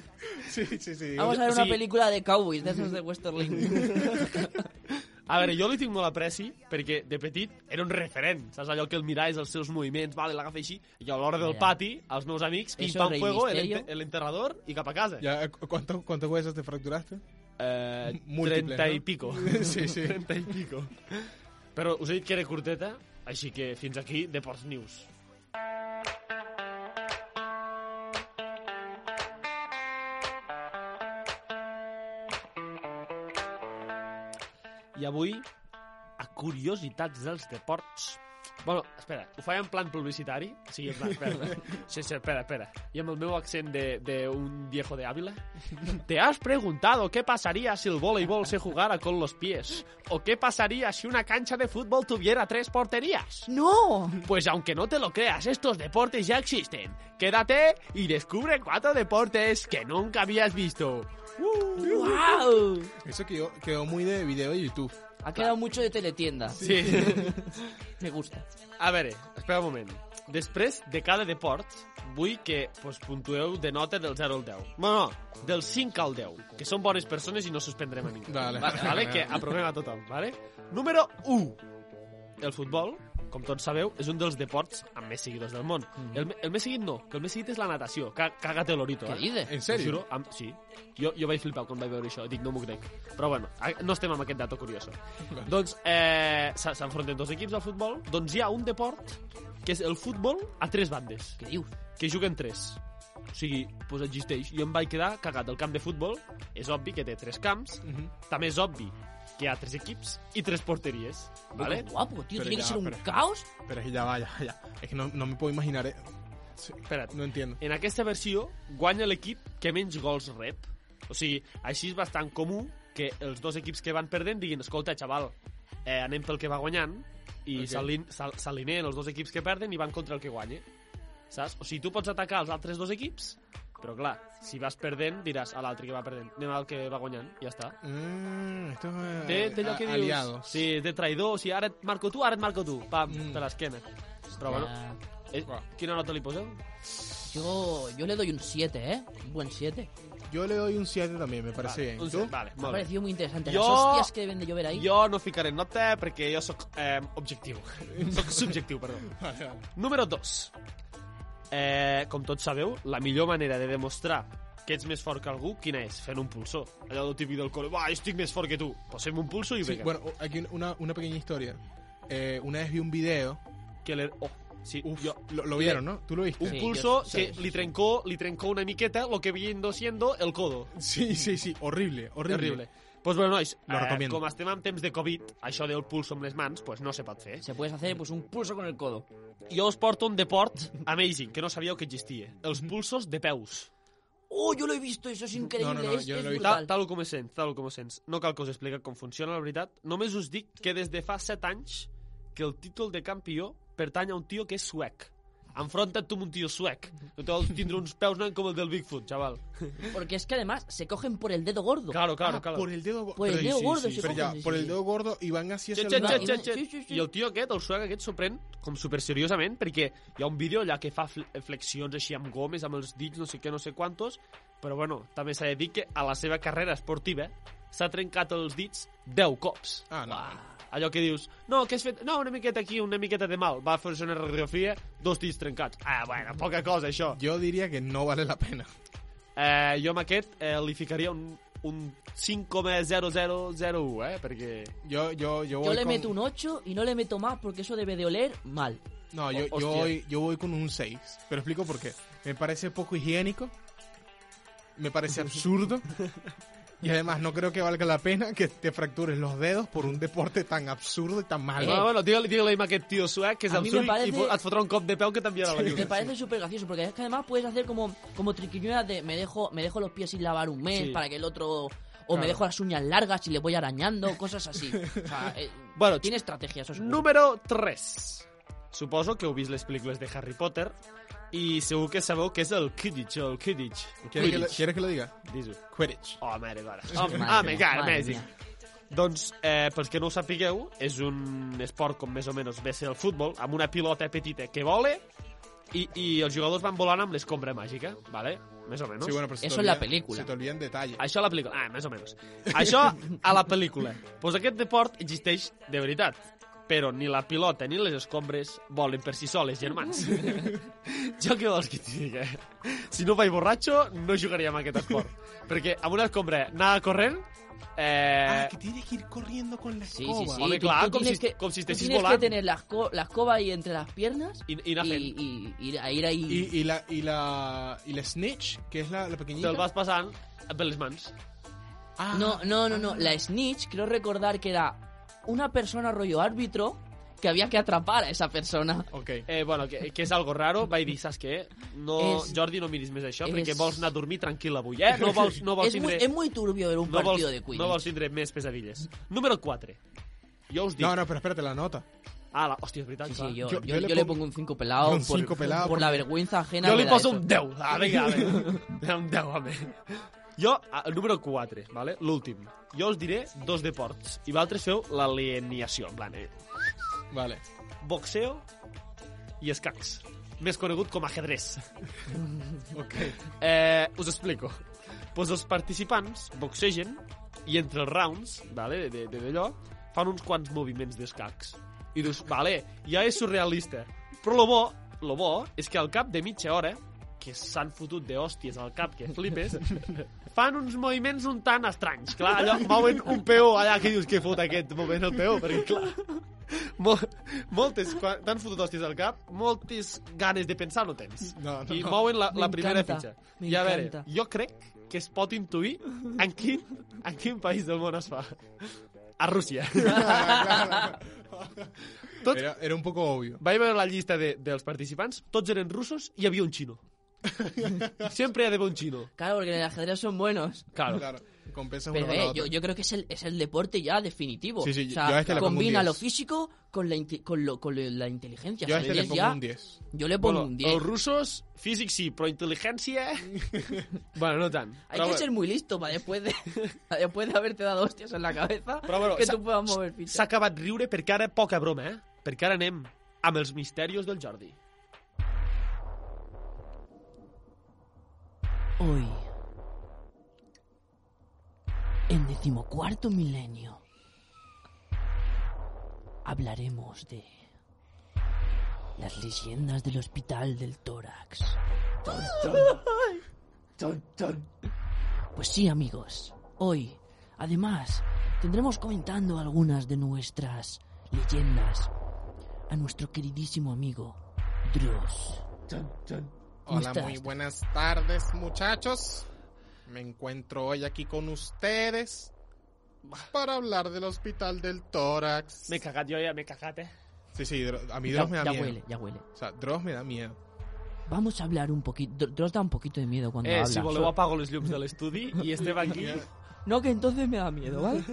Speaker 1: Sí, sí, sí.
Speaker 2: Vamos a ver
Speaker 3: Sí.
Speaker 2: una película de cowboys, de esos de Westerling.
Speaker 3: A veure, jo li tinc molt apreci perquè de petit era un referent. Saps allò que el miraves, els seus moviments, vale, l'agafa així. I a l'hora del
Speaker 2: Ja.
Speaker 3: pati, els meus amics, pim,
Speaker 2: Eso,
Speaker 3: pam,
Speaker 2: Rey
Speaker 3: fuego, el,
Speaker 2: Misterio.
Speaker 3: enter- el enterrador i cap a casa.
Speaker 1: Ya, ¿cu- ¿cuánto- ¿Cuántos huesos te fracturaste?
Speaker 3: Eh,
Speaker 1: Múltiples,
Speaker 3: 30 i
Speaker 1: no?
Speaker 3: pico.
Speaker 1: Sí, sí.
Speaker 3: 30 i pico. Però us he dit que era curteta, així que fins aquí Deports News. I avui, a curiositats dels deports... Bueno, espera, ho faig en plan publicitari? Sí, en plan, espera, sí, sí, espera, espera. I amb el meu accent de, de un viejo de Ávila. ¿Te has preguntado qué pasaría si el voleibol se jugara con los pies? ¿O qué pasaría si una cancha de fútbol tuviera tres porterías?
Speaker 2: ¡No!
Speaker 3: Pues aunque no te lo creas, estos deportes ya existen. Quédate y descubre cuatro deportes que nunca habías visto.
Speaker 2: ¡Wow!
Speaker 1: Eso quedó, quedó muy de video de YouTube.
Speaker 2: Ha quedado mucho de teletienda.
Speaker 3: Sí.
Speaker 2: Me gusta.
Speaker 3: A veure, espera un moment. Després de cada deport, vull que pues, puntueu de nota del 0 al 10. No, no, del 5 al 10, que són bones persones i no suspendrem a ningú.
Speaker 1: Vale.
Speaker 3: Vale, vale, que aprovem a tothom, vale? Número 1. El futbol, com tots sabeu, és un dels deports amb més seguidors del món. Mm -hmm. el, me- el més seguit no, que el més seguit és la natació. Ca- Caga't l'orito,
Speaker 2: Què
Speaker 3: eh?
Speaker 2: dices?
Speaker 1: En sèrio?
Speaker 3: Juro, amb... sí. Jo, jo vaig flipar quan vaig veure això. Dic, no m'ho crec. Però bueno, a- no estem amb aquest dato curioso. doncs eh, s- s'enfronten dos equips al futbol. Doncs hi ha un deport que és el futbol a tres bandes,
Speaker 2: Què dius?
Speaker 3: que juguen tres. O sigui, doncs existeix. Jo em vaig quedar cagat. El camp de futbol és obvi que té tres camps.
Speaker 1: Ujú.
Speaker 3: També és obvi que hi ha tres equips i tres porteries.
Speaker 2: Vale.
Speaker 3: Vale?
Speaker 2: guapo, tío.
Speaker 1: Pero
Speaker 2: Tiene que
Speaker 1: ya,
Speaker 2: ser un
Speaker 1: pero-
Speaker 2: caos.
Speaker 1: Pero es que ya va, ya, ya. Es que no, no me puedo imaginar. eh. Sí,
Speaker 3: Espera't.
Speaker 1: no entiendo.
Speaker 3: En aquesta versió guanya l'equip que menys gols rep. O sigui, així és bastant comú que els dos equips que van perdent diguin escolta, xaval, eh, anem pel que va guanyant i
Speaker 1: Ok.
Speaker 3: okay. s'alineen els dos equips que perden i van contra el que guanya. Saps? O sigui, tu pots atacar els altres dos equips, però clar, si vas perdent diràs a l'altre que va perdent, anem al que va guanyant, i ja està.
Speaker 1: Ah, esto es
Speaker 3: Té, té allò
Speaker 1: a-
Speaker 3: que dius...
Speaker 1: aliados.
Speaker 3: Sí, de traïdor, o sigui, ara et marco tu, ara et marco tu, pam,
Speaker 1: Mm.
Speaker 3: mm. per l'esquena. Però bueno,
Speaker 2: Ya.
Speaker 3: eh,
Speaker 1: Uah.
Speaker 3: quina nota li poseu?
Speaker 2: Ah, Yo, yo le doy un 7, ¿eh? Un buen 7.
Speaker 1: Yo le doy un 7 también, me parece
Speaker 3: Vale,
Speaker 1: bien.
Speaker 3: un
Speaker 1: ¿Tú?
Speaker 3: set,
Speaker 2: Me
Speaker 3: Vale,
Speaker 2: ha
Speaker 3: molt bé.
Speaker 2: parecido muy interesante.
Speaker 3: Yo-
Speaker 2: Las hostias que deben de llover ahí.
Speaker 3: Jo no ficaré nota perquè jo sóc eh, objectiu. sóc subjectiu, perdó.
Speaker 1: Vale, vale.
Speaker 3: Número 2. Eh, com tots sabeu, la millor manera de demostrar que ets més fort que algú, quina és? Fent un pulsó. Allò del típic del col·le, va, jo estic més fort que tu. Posem un pulso i
Speaker 1: Sí,
Speaker 3: vinga.
Speaker 1: bueno, aquí una, una pequeña historia. Eh, una vez vi un video.
Speaker 3: Que le... oh, sí,
Speaker 1: Uf,
Speaker 3: jo,
Speaker 1: lo, lo vieron, ¿no? ¿Tú lo viste?
Speaker 3: un
Speaker 2: Sí,
Speaker 3: pulso
Speaker 2: jo- sí,
Speaker 3: que
Speaker 2: sí,
Speaker 3: li,
Speaker 2: sí.
Speaker 3: trencó, li trencó una miqueta lo que viendo siendo el codo.
Speaker 1: Sí, sí, sí. Horrible, horrible.
Speaker 3: Terrible. Pues bueno, nois, eh,
Speaker 1: Lo recomiendo.
Speaker 3: com estem en temps de Covid, això del pulso amb les mans, pues no se pot fer.
Speaker 2: Se puedes hacer pues un pulso con el codo.
Speaker 3: Jo us porto un deport amazing, que no sabíeu que existia. Els pulsos de peus.
Speaker 2: ¡Oh, yo lo he visto! Eso es increíble.
Speaker 1: No, no, no,
Speaker 2: es,
Speaker 1: yo no
Speaker 2: es
Speaker 1: lo he visto.
Speaker 3: Tal,
Speaker 2: brutal.
Speaker 3: tal com es sents, tal com es sents. No cal que us expliqui com funciona, la veritat. Només us dic que des de fa 7 anys que el títol de campió pertany a un tio que és suec. Enfronta't tu amb un tio suec. No t'has de tindre uns peus nen com el del Bigfoot, xaval.
Speaker 2: Porque es que además se cogen por el dedo gordo.
Speaker 3: Claro, claro,
Speaker 1: Ah,
Speaker 3: claro.
Speaker 1: Por el dedo, go-
Speaker 2: Por el
Speaker 1: pero-
Speaker 2: dedo
Speaker 1: sí,
Speaker 2: gordo,
Speaker 1: sí,
Speaker 2: se
Speaker 1: pero ya,
Speaker 2: cogen, sí,
Speaker 1: por
Speaker 2: sí,
Speaker 1: el
Speaker 2: sí.
Speaker 1: dedo gordo y van hacia
Speaker 3: Xet,
Speaker 1: el
Speaker 3: xet,
Speaker 1: lado.
Speaker 3: xet, xet, xet.
Speaker 2: Sí, sí, sí.
Speaker 3: I el tio aquest, el suec aquest, s'ho pren com super seriosament perquè hi ha un vídeo allà que fa fle- flexions així amb gomes, amb els dits, no sé què, no sé quantos, però bueno, també s'ha de dir que a la seva carrera esportiva s'ha trencat els dits 10 cops.
Speaker 1: Ah, no.
Speaker 3: Allò que dius, no, que has fet? No, una miqueta aquí, una miqueta de mal. Va fer una radiografia, dos dits trencats. Ah, bueno, poca cosa, això.
Speaker 1: Yo diría que no vale la pena.
Speaker 3: Eh, jo amb aquest eh, li ficaria un, un 5,0001, eh? Perquè...
Speaker 1: Yo, yo, yo voy
Speaker 2: Yo le
Speaker 1: con-
Speaker 2: meto un 8 y no le meto más porque eso debe de oler mal.
Speaker 1: No, yo,
Speaker 3: Oh, Hostia.
Speaker 1: yo, voy, yo voy con un 6. Pero explico por qué. Me parece poco higiénico. Me parece absurdo. Y además no creo que valga la pena que te fractures los dedos por un deporte tan absurdo y tan malo.
Speaker 3: Bueno, bueno, digue-li digue a aquest tio suec que és
Speaker 2: Eh, A
Speaker 3: el
Speaker 2: mi me
Speaker 3: suri
Speaker 2: parece-
Speaker 3: i fo- et fotrà un cop de peu que t'enviarà a la
Speaker 2: Me
Speaker 3: lluna.
Speaker 2: parece súper gracioso porque es que además puedes hacer como, como triquiñuelas de me dejo, me dejo los pies sin lavar un mes
Speaker 3: Sí.
Speaker 2: para que el otro... O me
Speaker 1: Claro.
Speaker 2: dejo las uñas largas y le voy arañando, cosas así. O sea, eh,
Speaker 3: Bueno,
Speaker 2: tiene estrategia, eso seguro.
Speaker 3: Número 3. Suposo que heu vist les pel·lícules de Harry Potter i segur que sabeu que és el Quidditch, el Quidditch. El
Speaker 1: ¿Quieres, que lo,
Speaker 3: Quidditch.
Speaker 1: quieres que lo diga?
Speaker 3: Dis-ho.
Speaker 1: Quidditch.
Speaker 3: Oh, mare, mare. Oh,
Speaker 2: Madre
Speaker 3: oh my
Speaker 2: mía,
Speaker 3: god,
Speaker 2: madre
Speaker 3: amazing.
Speaker 2: mía.
Speaker 3: Doncs, eh, pels que no ho sapigueu, és un esport com més o menys ve a ser el futbol, amb una pilota petita que vole i, i els jugadors van volant amb l'escombra màgica, vale? Més o menys.
Speaker 1: Sí, bueno, pero se te
Speaker 2: Eso en la
Speaker 1: olvida-
Speaker 2: película.
Speaker 1: Se te olvidan detalles.
Speaker 3: Això a la pel·lícula. Ah, més o menys. Això a la pel·lícula. Doncs pues aquest deport existeix de veritat. Però ni la pilota ni les escombres volen per si soles, germans. jo què vols que t'hi digui? Si no vaig borratxo, no jugaria amb aquest esport. Perquè amb una escombra anava corrent... Eh,
Speaker 1: Ah, que tienes que ir corriendo con la
Speaker 2: Sí,
Speaker 1: escoba.
Speaker 2: sí, sí.
Speaker 3: Hombre,
Speaker 2: Tú-
Speaker 3: claro,
Speaker 2: tú
Speaker 3: como
Speaker 2: tienes
Speaker 3: si-
Speaker 2: que-
Speaker 3: como si
Speaker 2: tú
Speaker 3: estés
Speaker 2: tienes
Speaker 3: volando.
Speaker 2: que tener la, esco- la escoba ahí entre las piernas
Speaker 3: i, i anar fent.
Speaker 2: y, y- y ir a ir ahí...
Speaker 1: Y, y la, y, la, y la snitch, que es la, la pequeñita.
Speaker 3: Te'l vas passant per les mans.
Speaker 1: Ah,
Speaker 2: No, no, no, no. La snitch, creo recordar que era una persona rollo árbitro que había que atrapar a esa persona.
Speaker 1: Ok.
Speaker 3: Eh, bueno, que, que és algo raro, vaig dir, saps què? No,
Speaker 2: És-
Speaker 3: Jordi, no miris més això,
Speaker 2: és-
Speaker 3: perquè vols anar a dormir tranquil avui, eh? No vols, no vols
Speaker 2: es, muy,
Speaker 3: tindre-
Speaker 2: es muy turbio ver un
Speaker 3: no
Speaker 2: partido
Speaker 3: vols,
Speaker 2: de ¿eh? Quidditch.
Speaker 3: no vols tindre més pesadilles. Número 4. Jo us dic...
Speaker 1: No, no, pero espérate, la nota.
Speaker 3: Ah, la... hòstia, és veritat.
Speaker 2: Sí, sí,
Speaker 3: clar.
Speaker 2: yo,
Speaker 1: Yo-
Speaker 2: yo,
Speaker 1: yo le
Speaker 2: yo le
Speaker 1: pongo-
Speaker 2: pongo un 5 pelado,
Speaker 1: un
Speaker 2: por,
Speaker 1: cinco pelado
Speaker 2: por la
Speaker 1: porque-
Speaker 2: vergüenza ajena.
Speaker 3: jo
Speaker 2: me
Speaker 3: li
Speaker 2: da
Speaker 3: poso
Speaker 2: eso.
Speaker 3: un 10. Ah, vinga, vinga. un 10, home. Jo, a- el número 4, vale? l'últim. Jo us diré dos deports i vosaltres feu l'alienació. En plan, eh?
Speaker 1: Vale.
Speaker 3: Boxeo i escacs. Més conegut com ajedrez.
Speaker 1: Ok.
Speaker 3: Eh, us explico. Pues els participants boxegen i entre els rounds vale, de, de, d'allò fan uns quants moviments d'escacs. I dius, vale, ja és surrealista. Però lo bo, lo bo és que al cap de mitja hora, que s'han fotut de hòsties al cap que flipes, fan uns moviments un tant estranys. Clar, allò, mouen un peó allà que dius, què fot aquest movent el peó? Perquè, clar, mol, moltes, quan t'han fotut hòsties al cap, moltes ganes de pensar no tens
Speaker 1: No, no,
Speaker 3: i
Speaker 1: no.
Speaker 3: mouen la, la
Speaker 2: M'encanta,
Speaker 3: primera fitxa. I a veure,
Speaker 2: m'encanta.
Speaker 3: jo crec que es pot intuir en quin, en quin país del món es fa. A Rússia. Tots,
Speaker 1: Era, era un poco obvio.
Speaker 3: vaig veure la llista de, dels participants, tots eren russos i hi havia un xino. Sempre hi ha d'haver un xino.
Speaker 2: Claro, porque en el ajedrez son buenos.
Speaker 3: Claro.
Speaker 1: Claro. Compensas una
Speaker 2: Pero
Speaker 1: con la
Speaker 2: eh,
Speaker 1: otra.
Speaker 2: yo, yo creo que es el, es el deporte ya definitivo.
Speaker 1: Sí, sí,
Speaker 2: o sea,
Speaker 1: yo a este le pongo un
Speaker 2: combina
Speaker 1: 10.
Speaker 2: lo físico con la, inte- con lo- con lo- la inteligencia.
Speaker 1: Yo a
Speaker 2: ¿sabes?
Speaker 1: este le
Speaker 2: Es
Speaker 1: pongo
Speaker 2: ya-
Speaker 1: un 10.
Speaker 2: Yo le pongo un 10.
Speaker 3: els russos, físic sí, però intel·ligència... bueno, no tant.
Speaker 2: Hay que
Speaker 3: Però bueno.
Speaker 2: ser muy listo para después de, para después de haberte dado hostias en la cabeza
Speaker 3: Però bueno,
Speaker 2: que
Speaker 3: s'ha-
Speaker 2: tú puedas mover fichas.
Speaker 3: S'ha acabat riure perquè ara poca broma, eh? Perquè ara anem amb els misterios del Jordi.
Speaker 2: Hoy, en decimocuarto milenio, hablaremos de las leyendas del hospital del tórax. Ton, ton. Ton, ton. Pues sí, amigos, hoy, además, tendremos comentando algunas de nuestras leyendas a nuestro queridísimo amigo Dross. Ton, ton. ¿Cómo
Speaker 1: Hola,
Speaker 2: estás?
Speaker 1: muy buenas tardes, muchachos. Me encuentro hoy aquí con ustedes para hablar del hospital del tórax.
Speaker 3: M'he cagat, jo ja m'he cagat, eh?
Speaker 1: Sí, sí, Dro- a mí
Speaker 2: Ya,
Speaker 1: Dross me da
Speaker 2: ya
Speaker 1: miedo.
Speaker 2: huele, ya huele.
Speaker 1: O sea, Dross me da miedo.
Speaker 2: Vamos a hablar un poquito. Dross da un poquito de miedo cuando
Speaker 3: Eh,
Speaker 2: habla.
Speaker 3: si voleu apago les llums de l'estudi i estem aquí...
Speaker 2: No, que entonces me da miedo, ¿vale?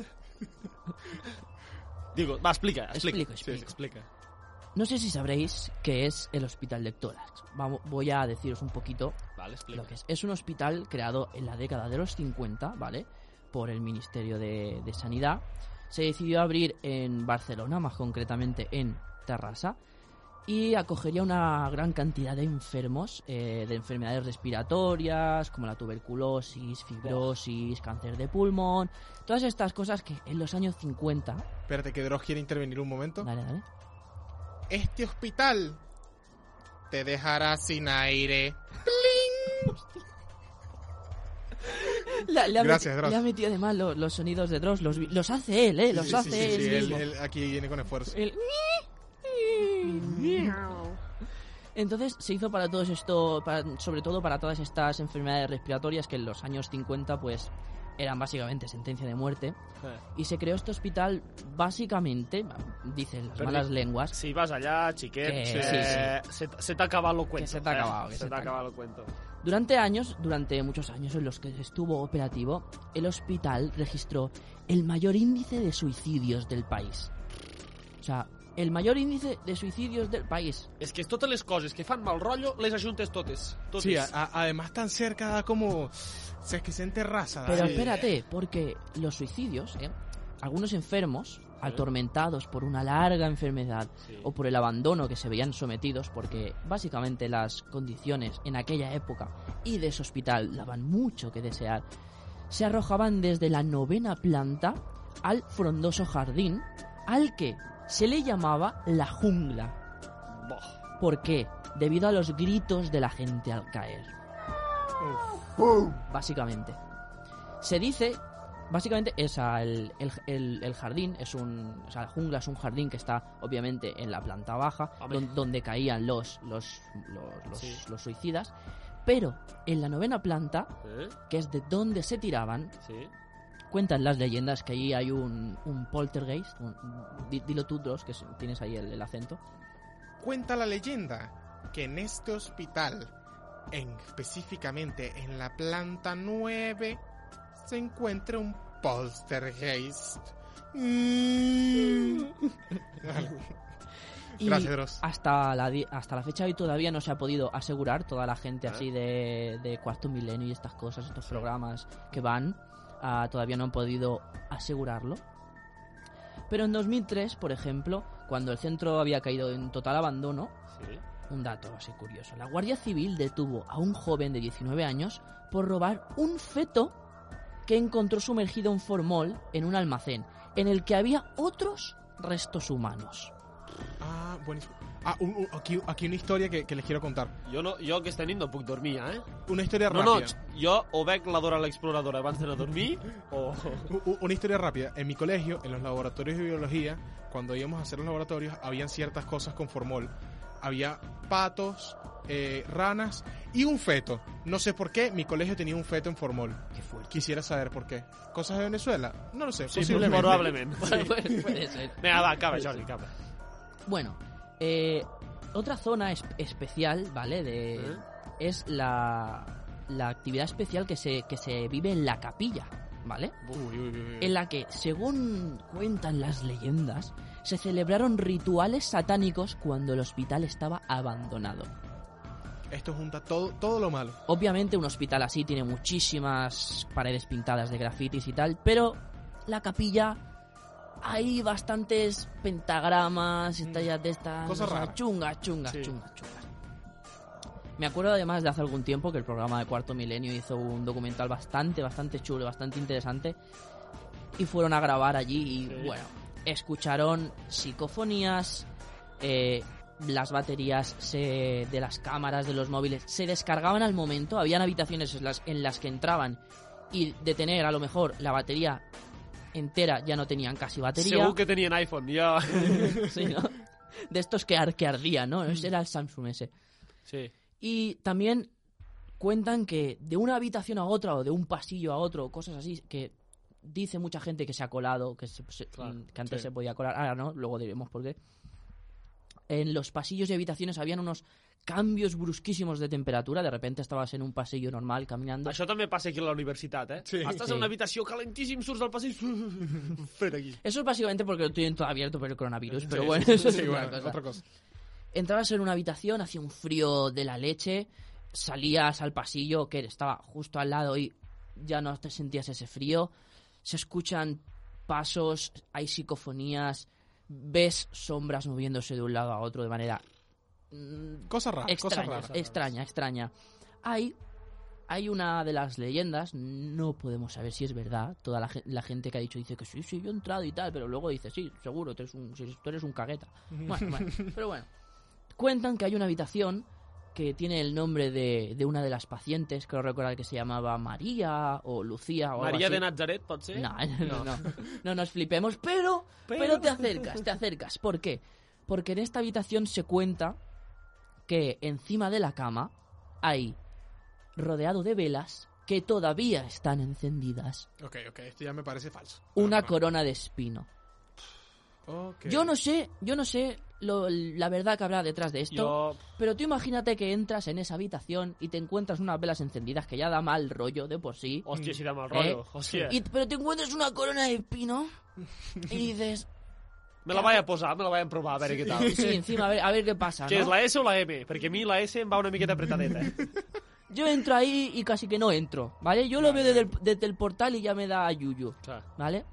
Speaker 3: Digo, va, explica, explica.
Speaker 2: Explico,
Speaker 3: Sí, sí,
Speaker 2: explico.
Speaker 3: explica.
Speaker 2: No sé si sabréis qué es el hospital de tórax. Vamos, voy a deciros un poquito
Speaker 3: Vale, explica.
Speaker 2: lo que es. Es un hospital creado en la década de los 50, ¿vale? Por el Ministerio de, de Sanidad. Se decidió abrir en Barcelona, más concretamente en Terrassa, y acogería una gran cantidad de enfermos eh, de enfermedades respiratorias, como la tuberculosis, fibrosis, cáncer de pulmón, todas estas cosas que en los años 50...
Speaker 1: Espérate, que Dross quiere intervenir un momento.
Speaker 2: Dale, dale.
Speaker 1: Este hospital te dejará sin aire.
Speaker 2: La- le, ha
Speaker 1: Gracias,
Speaker 2: meti-
Speaker 1: Dross.
Speaker 2: le ha metido además lo- los sonidos de Dross, los, vi- los hace él, ¿eh? Los
Speaker 1: Sí, sí,
Speaker 2: hace
Speaker 1: sí, sí,
Speaker 2: él
Speaker 1: él-
Speaker 2: mismo.
Speaker 1: él aquí viene con esfuerzo.
Speaker 2: El- Entonces se hizo para todos esto, para- sobre todo para todas estas enfermedades respiratorias que en los años 50 pues eran básicamente sentencia de muerte
Speaker 3: Eh.
Speaker 2: y se creó este hospital básicamente, dicen las
Speaker 3: Pero-
Speaker 2: malas lenguas,
Speaker 3: Si vas allà, xiquet,
Speaker 2: Que-
Speaker 3: se,
Speaker 2: sí,
Speaker 3: se, se t'ha acabat el cuento.
Speaker 2: se t'ha acabado, que
Speaker 3: Eh?
Speaker 2: se
Speaker 3: Se t'ha
Speaker 2: t'ha
Speaker 3: acabat el cuento.
Speaker 2: Durante años, durante muchos años en los que estuvo operativo, el hospital registró el mayor índice de suicidios del país. O sea, el mayor índice de suicidios del país.
Speaker 3: És que totes les coses que fan mal rotllo les ajuntes totes. totes.
Speaker 1: Sí, a- a- además tan cerca da como... O sea, es que se enterraza. da-
Speaker 2: Pero
Speaker 1: sí.
Speaker 2: espérate, porque los suicidios, ¿eh? algunos enfermos, atormentados por una larga enfermedad
Speaker 3: Sí.
Speaker 2: o por el abandono que se veían sometidos, porque básicamente las condiciones en aquella época y de ese hospital daban mucho que desear, se arrojaban desde la novena planta al frondoso jardín, al que se le llamaba la jungla.
Speaker 3: Boh.
Speaker 2: ¿Por qué? Debido a los gritos de la gente al caer
Speaker 1: Uf.
Speaker 2: básicamente. Se dice, básicamente, es el, el, el- el jardín, es un, o sea, la jungla es un jardín que está obviamente en la planta baja,
Speaker 3: Hombre.
Speaker 2: don- donde caían los, los, los, los-
Speaker 3: Sí.
Speaker 2: los suicidas, pero en la novena planta,
Speaker 3: Eh?
Speaker 2: que es de donde se tiraban,
Speaker 3: Sí.
Speaker 2: cuentan las leyendas que allí hay un, un poltergeist, un- un- di- dilo tú, Dross, que es- tienes ahí el, el acento.
Speaker 1: Cuenta la leyenda que en este hospital, en- específicamente en la planta 9, se encuentra un poltergeist. Mm.
Speaker 2: Y
Speaker 1: Gracias, Dross.
Speaker 2: Hasta la, di- hasta la fecha de hoy todavía no se ha podido asegurar toda la gente así de, de Cuarto Milenio y estas cosas, estos programas que van, ah, todavía no han podido asegurarlo. Pero en 2003, por ejemplo, cuando el centro había caído en total abandono,
Speaker 3: Sí.
Speaker 2: un dato así curioso, la Guardia Civil detuvo a un joven de 19 años por robar un feto que encontró sumergido en formol en un almacén, en el que había otros restos humanos.
Speaker 1: Ah, buenísimo. Ah, un- un- aquí, aquí una historia que, que les quiero contar.
Speaker 3: Jo, no, jo aquesta nit no puc dormir, eh?
Speaker 1: Una historia
Speaker 3: No, no,
Speaker 1: rápida.
Speaker 3: jo o veig la Dora l'exploradora abans d'anar a dormir, o...
Speaker 1: U- u- Una historia rápida. En mi colegio, en los laboratorios de biología, cuando íbamos a hacer los laboratorios, habían ciertas cosas con formol. Había patos, eh, ranas y un feto. No sé por qué mi colegio tenía un feto en formol.
Speaker 2: Qué fuerte.
Speaker 1: Quisiera saber por qué. ¿Cosas de Venezuela? No lo sé.
Speaker 3: Sí,
Speaker 1: posiblemente.
Speaker 3: probablement.
Speaker 2: Puede- puede ser.
Speaker 3: Vinga, va, acaba, Jordi, acaba.
Speaker 2: Bueno, eh, otra zona es- especial, ¿vale? De,
Speaker 3: ¿Eh?
Speaker 2: Es la, la actividad especial que se, que se vive en la capilla, ¿vale?
Speaker 1: Uy, uy, uy, uy.
Speaker 2: En la que, según cuentan las leyendas, se celebraron rituales satánicos cuando el hospital estaba abandonado.
Speaker 1: Esto junta todo, todo lo malo.
Speaker 2: Obviamente un hospital así tiene muchísimas paredes pintadas de grafitis y tal, pero la capilla hay bastantes pentagramas, estrellas de estas,
Speaker 1: Cosas
Speaker 2: o sea,
Speaker 1: raras.
Speaker 2: chungas, chungas,
Speaker 3: Mm. Sí.
Speaker 2: chungas, chungas. Me acuerdo además de hace algún tiempo que el programa de Cuarto Milenio hizo un documental bastante, bastante chulo, bastante interesante y fueron a grabar allí y
Speaker 3: Sí.
Speaker 2: bueno, escucharon psicofonías, eh, las baterías se- de las cámaras, de los móviles, se descargaban al momento, habían habitaciones en las, en las que entraban y de tener a lo mejor la batería entera ya no tenían casi batería.
Speaker 3: Segur que tenien iPhone, ja...
Speaker 2: Sí, ¿no? De estos que, ar- que ardían, ¿no? Ese era el Samsung ese.
Speaker 3: Sí.
Speaker 2: Y también cuentan que de una habitación a otra o de un pasillo a otro, cosas así, que dice mucha gente que se ha colado, que, se- se-
Speaker 3: Claro,
Speaker 2: que antes
Speaker 3: sí.
Speaker 2: se podía colar, ahora no, luego diremos por qué. En los pasillos y habitaciones habían unos cambios brusquísimos de temperatura, de repente estabas en un pasillo normal caminando.
Speaker 3: Això també passa aquí a la universitat, eh?
Speaker 1: Sí.
Speaker 3: Estàs
Speaker 2: Sí.
Speaker 3: en una habitació calentíssim, surts del passeig... Fred aquí.
Speaker 2: Eso es básicamente porque lo tienen todo abierto por el coronavirus, pero
Speaker 1: Sí,
Speaker 2: bueno,
Speaker 1: sí,
Speaker 2: eso es
Speaker 1: sí,
Speaker 2: otra
Speaker 1: bueno,
Speaker 2: cosa.
Speaker 1: otra cosa.
Speaker 2: Entrabas en una habitación, hacía un frío de la leche, salías al pasillo que estaba justo al lado y ya no te sentías ese frío. Se escuchan pasos, hay psicofonías, ves sombras moviéndose de un lado a otro de manera mm,
Speaker 1: Cosa rara, cosa
Speaker 2: extraña,
Speaker 1: rara.
Speaker 2: extraña, extraña. Hay, hay una de las leyendas, no podemos saber si es verdad. Toda la, gen- la gente que ha dicho dice que sí, sí, yo he entrado y tal, pero luego dice, sí, seguro, tú eres un, sí, tú eres un cagueta. Bueno, bueno, pero bueno. Cuentan que hay una habitación que tiene el nombre de, de una de las pacientes, creo recordar que se llamaba María o Lucía o algo
Speaker 3: Maria
Speaker 2: así.
Speaker 3: de Nazaret, pot ser?
Speaker 2: No, no, no, no nos flipemos, pero, pero,
Speaker 3: Pero.
Speaker 2: te acercas, te acercas. ¿Por qué? Porque en esta habitación se cuenta que encima de la cama hay rodeado de velas que todavía están encendidas
Speaker 1: Ok, ok, esto ya me parece falso.
Speaker 2: una
Speaker 1: Ah,
Speaker 2: corona de espino.
Speaker 1: ok.
Speaker 2: Yo no sé, yo no sé lo- la verdad que habrá detrás de esto.
Speaker 3: Jo...
Speaker 2: Pero tú imagínate que entras en esa habitación y te encuentras unas velas encendidas que ya da mal rollo de por sí.
Speaker 3: Hòstia, així de mal
Speaker 2: Eh?
Speaker 3: rotllo. Hòstia.
Speaker 2: Y- pero te encuentras una corona de espino y dices,
Speaker 3: Me la vaig a posar, me la vaig a provar, a veure què tal.
Speaker 2: sí, encima, a ver, a ver qué pasa.
Speaker 3: Què
Speaker 2: ¿no?
Speaker 3: és, la S o la M? Perquè a mi la S em va una miqueta apretadeta. eh?
Speaker 2: Yo entro ahí y casi que no entro, ¿vale? Yo lo veo desde el, desde el portal y ya me da yuyu,
Speaker 3: Clar.
Speaker 2: ¿vale?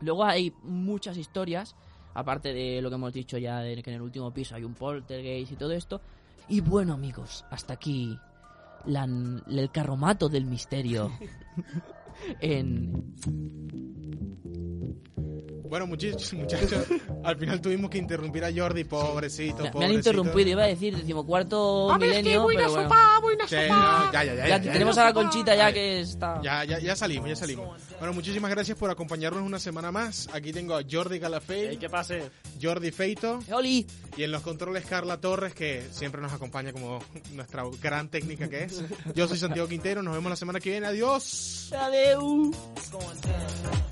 Speaker 2: Luego hay muchas historias, aparte de lo que hemos dicho ya de que en el último piso hay un poltergeist y todo esto. Y bueno, amigos, hasta aquí la- el carromato del misterio en...
Speaker 1: Bueno, muchachos, muchachos, al final tuvimos que interrumpir a Jordi, pobrecito,
Speaker 2: Me,
Speaker 1: pobrecito.
Speaker 2: han interrumpido, iba a decir decimocuarto milenio, pero bueno.
Speaker 1: Sí, no, ya, ya, ya,
Speaker 2: Ya
Speaker 1: ya, ya.
Speaker 2: tenemos a la conchita ya que está...
Speaker 1: Ya, ya, ya salimos, ya salimos. Bueno, muchísimas gracias por acompañarnos una semana más. Aquí tengo a Jordi
Speaker 3: Ei,
Speaker 1: Calafell,
Speaker 3: què passa?
Speaker 1: Jordi Feito
Speaker 2: ¡Oli!
Speaker 1: y en los controles Carla Torres, que siempre nos acompaña como nuestra gran técnica que es. Yo soy Santiago Quintero, nos vemos la semana que viene. Adiós.
Speaker 2: Adeu.
Speaker 5: It's going down.